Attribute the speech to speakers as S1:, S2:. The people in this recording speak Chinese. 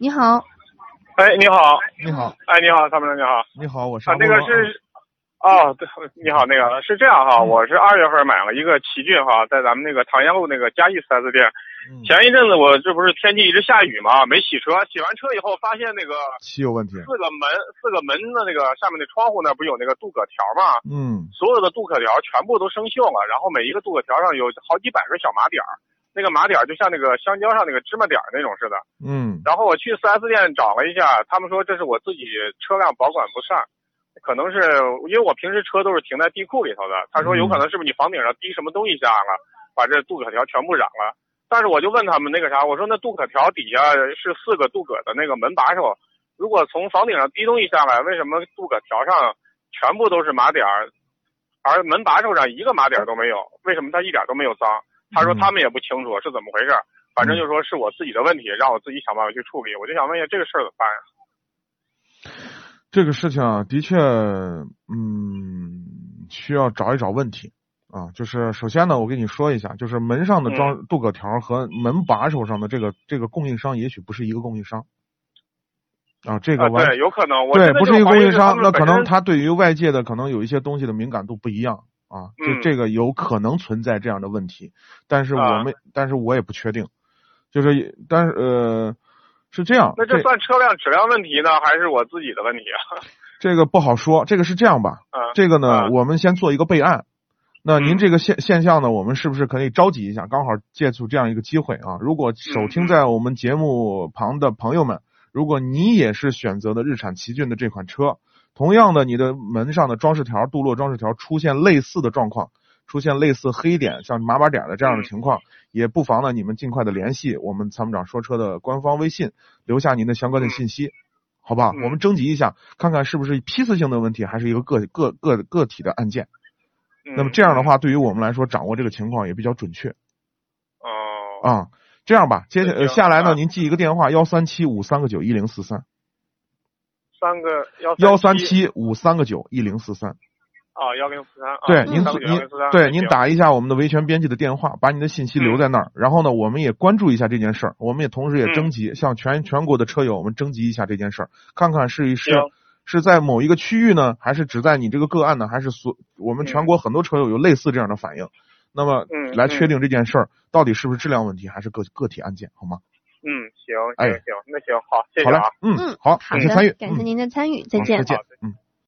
S1: 你好，
S2: 哎，你好，
S3: 你好，
S2: 哎，你好，参谋长，你好，
S3: 你好，我是
S2: 啊，那个是，哦，对，你好，那个是这样
S3: 嗯
S2: 哈，我是二月份买了一个奇骏哈，在咱们那个唐山路那个嘉义四 S 店。
S3: 嗯
S2: 前一阵子我这不是天气一直下雨嘛，没洗车，洗完车以后发现那个
S3: 漆嗯有问题。
S2: 四个门四个门的那个下面的窗户那不有那个镀铬条嘛，
S3: 嗯，
S2: 所有的镀铬条全部都生锈了，然后每一个镀铬条上有好几百个小麻点儿，那个麻点儿就像那个香蕉上那个芝麻点儿那种似的。
S3: 嗯，
S2: 然后我去 4S 店找了一下，他们说这是我自己车辆保管不善，可能是因为我平时车都是停在地库里头的。他说有可能是不是你房顶上滴什么东西下了，把这镀铬条全部染了。但是我就问他们那个啥，我说那镀铬条底下是四个镀铬的那个门把手，如果从房顶上滴东西下来，为什么镀铬条上全部都是麻点儿，而门把手上一个麻点儿都没有？为什么它一点儿都没有脏？他说
S3: 嗯
S2: 他们也不清楚是怎么回事儿，反正就说是我自己的问题，让我自己想办法去处理。我就想问一下这个事儿怎么办呀？
S3: 这个事情啊，的确，嗯，需要找一找问题啊。就是首先呢，我跟你说一下，就是门上的
S2: 嗯
S3: 装镀铬条和门把手上的这个这个供应商，也许不是一个供应商啊。这个
S2: 啊，
S3: 完
S2: 对，有可能我
S3: 对
S2: 现在
S3: 不
S2: 就是
S3: 一个
S2: 怀
S3: 供
S2: 疑
S3: 应商，
S2: 们
S3: 那
S2: 本
S3: 可能
S2: 身
S3: 他对于外界的可能有一些东西的敏感度不一样啊，
S2: 嗯
S3: 就这个有可能存在这样的问题，但是
S2: 啊
S3: 我们，但是我也不确定，就是也，但是呃，是这样，
S2: 那这算车辆质量问题呢，还是我自己的问题啊？
S3: 这个不好说，这个是这样吧，
S2: 嗯，
S3: 这个呢，
S2: 啊
S3: 我们先做一个备案。那您
S2: 嗯
S3: 这个现现象呢，我们是不是可以召集一下？刚好借助这样一个机会啊，如果首
S2: 嗯
S3: 听
S2: 嗯
S3: 在我们节目旁的朋友们，如果你也是选择的日产奇骏的这款车，同样的，你的门上的装饰条、镀铬装饰条出现类似的状况，出现类似黑点、像麻把点的这样的
S2: 嗯
S3: 情况，也不妨呢，你们尽快的联系我们参谋长说车的官方微信，留下您的相关的
S2: 嗯
S3: 信息。好吧，
S2: 嗯
S3: 我们征集一下，看看是不是批次性的问题，还是一个个个个个体的案件。
S2: 嗯
S3: 那么这样的
S2: 话，
S3: 话，对于我们来说，掌握这个情况也比较准确
S2: 哦、
S3: 啊。这样吧，接下
S2: 对
S3: 呃下来
S2: 啊
S3: 呢，您记一个电话：幺三七五三个九一零四三，
S2: 三个幺
S3: 幺三
S2: 哦三
S3: 七五三个九一零四三。
S2: 啊，幺零四三啊，
S3: 对，您
S2: 三个
S3: 您
S2: 九幺零四三，
S3: 对您打一下我们的维权编辑的电话，把你的信息留在那
S2: 嗯
S3: 儿。然后呢，我们也关注一下这件事儿，我们也同时也征集向全全国的车友，我们征集一下这件事儿，看看是一是
S2: 行
S3: 是在某一个区域呢，还是只在你这个个案呢，还是所我们全国很多车友有类似这样的反应，那么
S2: 嗯
S3: 来确定这件事儿到底是不是质量问题，还是个个体案件，好吗？
S2: 嗯，行行
S3: 哎
S2: 行，那行好，谢谢
S3: 好嘞
S2: 啊。，
S3: 嗯
S1: 嗯，
S3: 好，
S1: 好
S3: 感谢
S1: 的
S3: 参与，
S1: 感谢
S3: 嗯
S1: 您的参与，再
S3: 好
S1: 见啊
S3: 再。见
S2: 好，
S3: 嗯。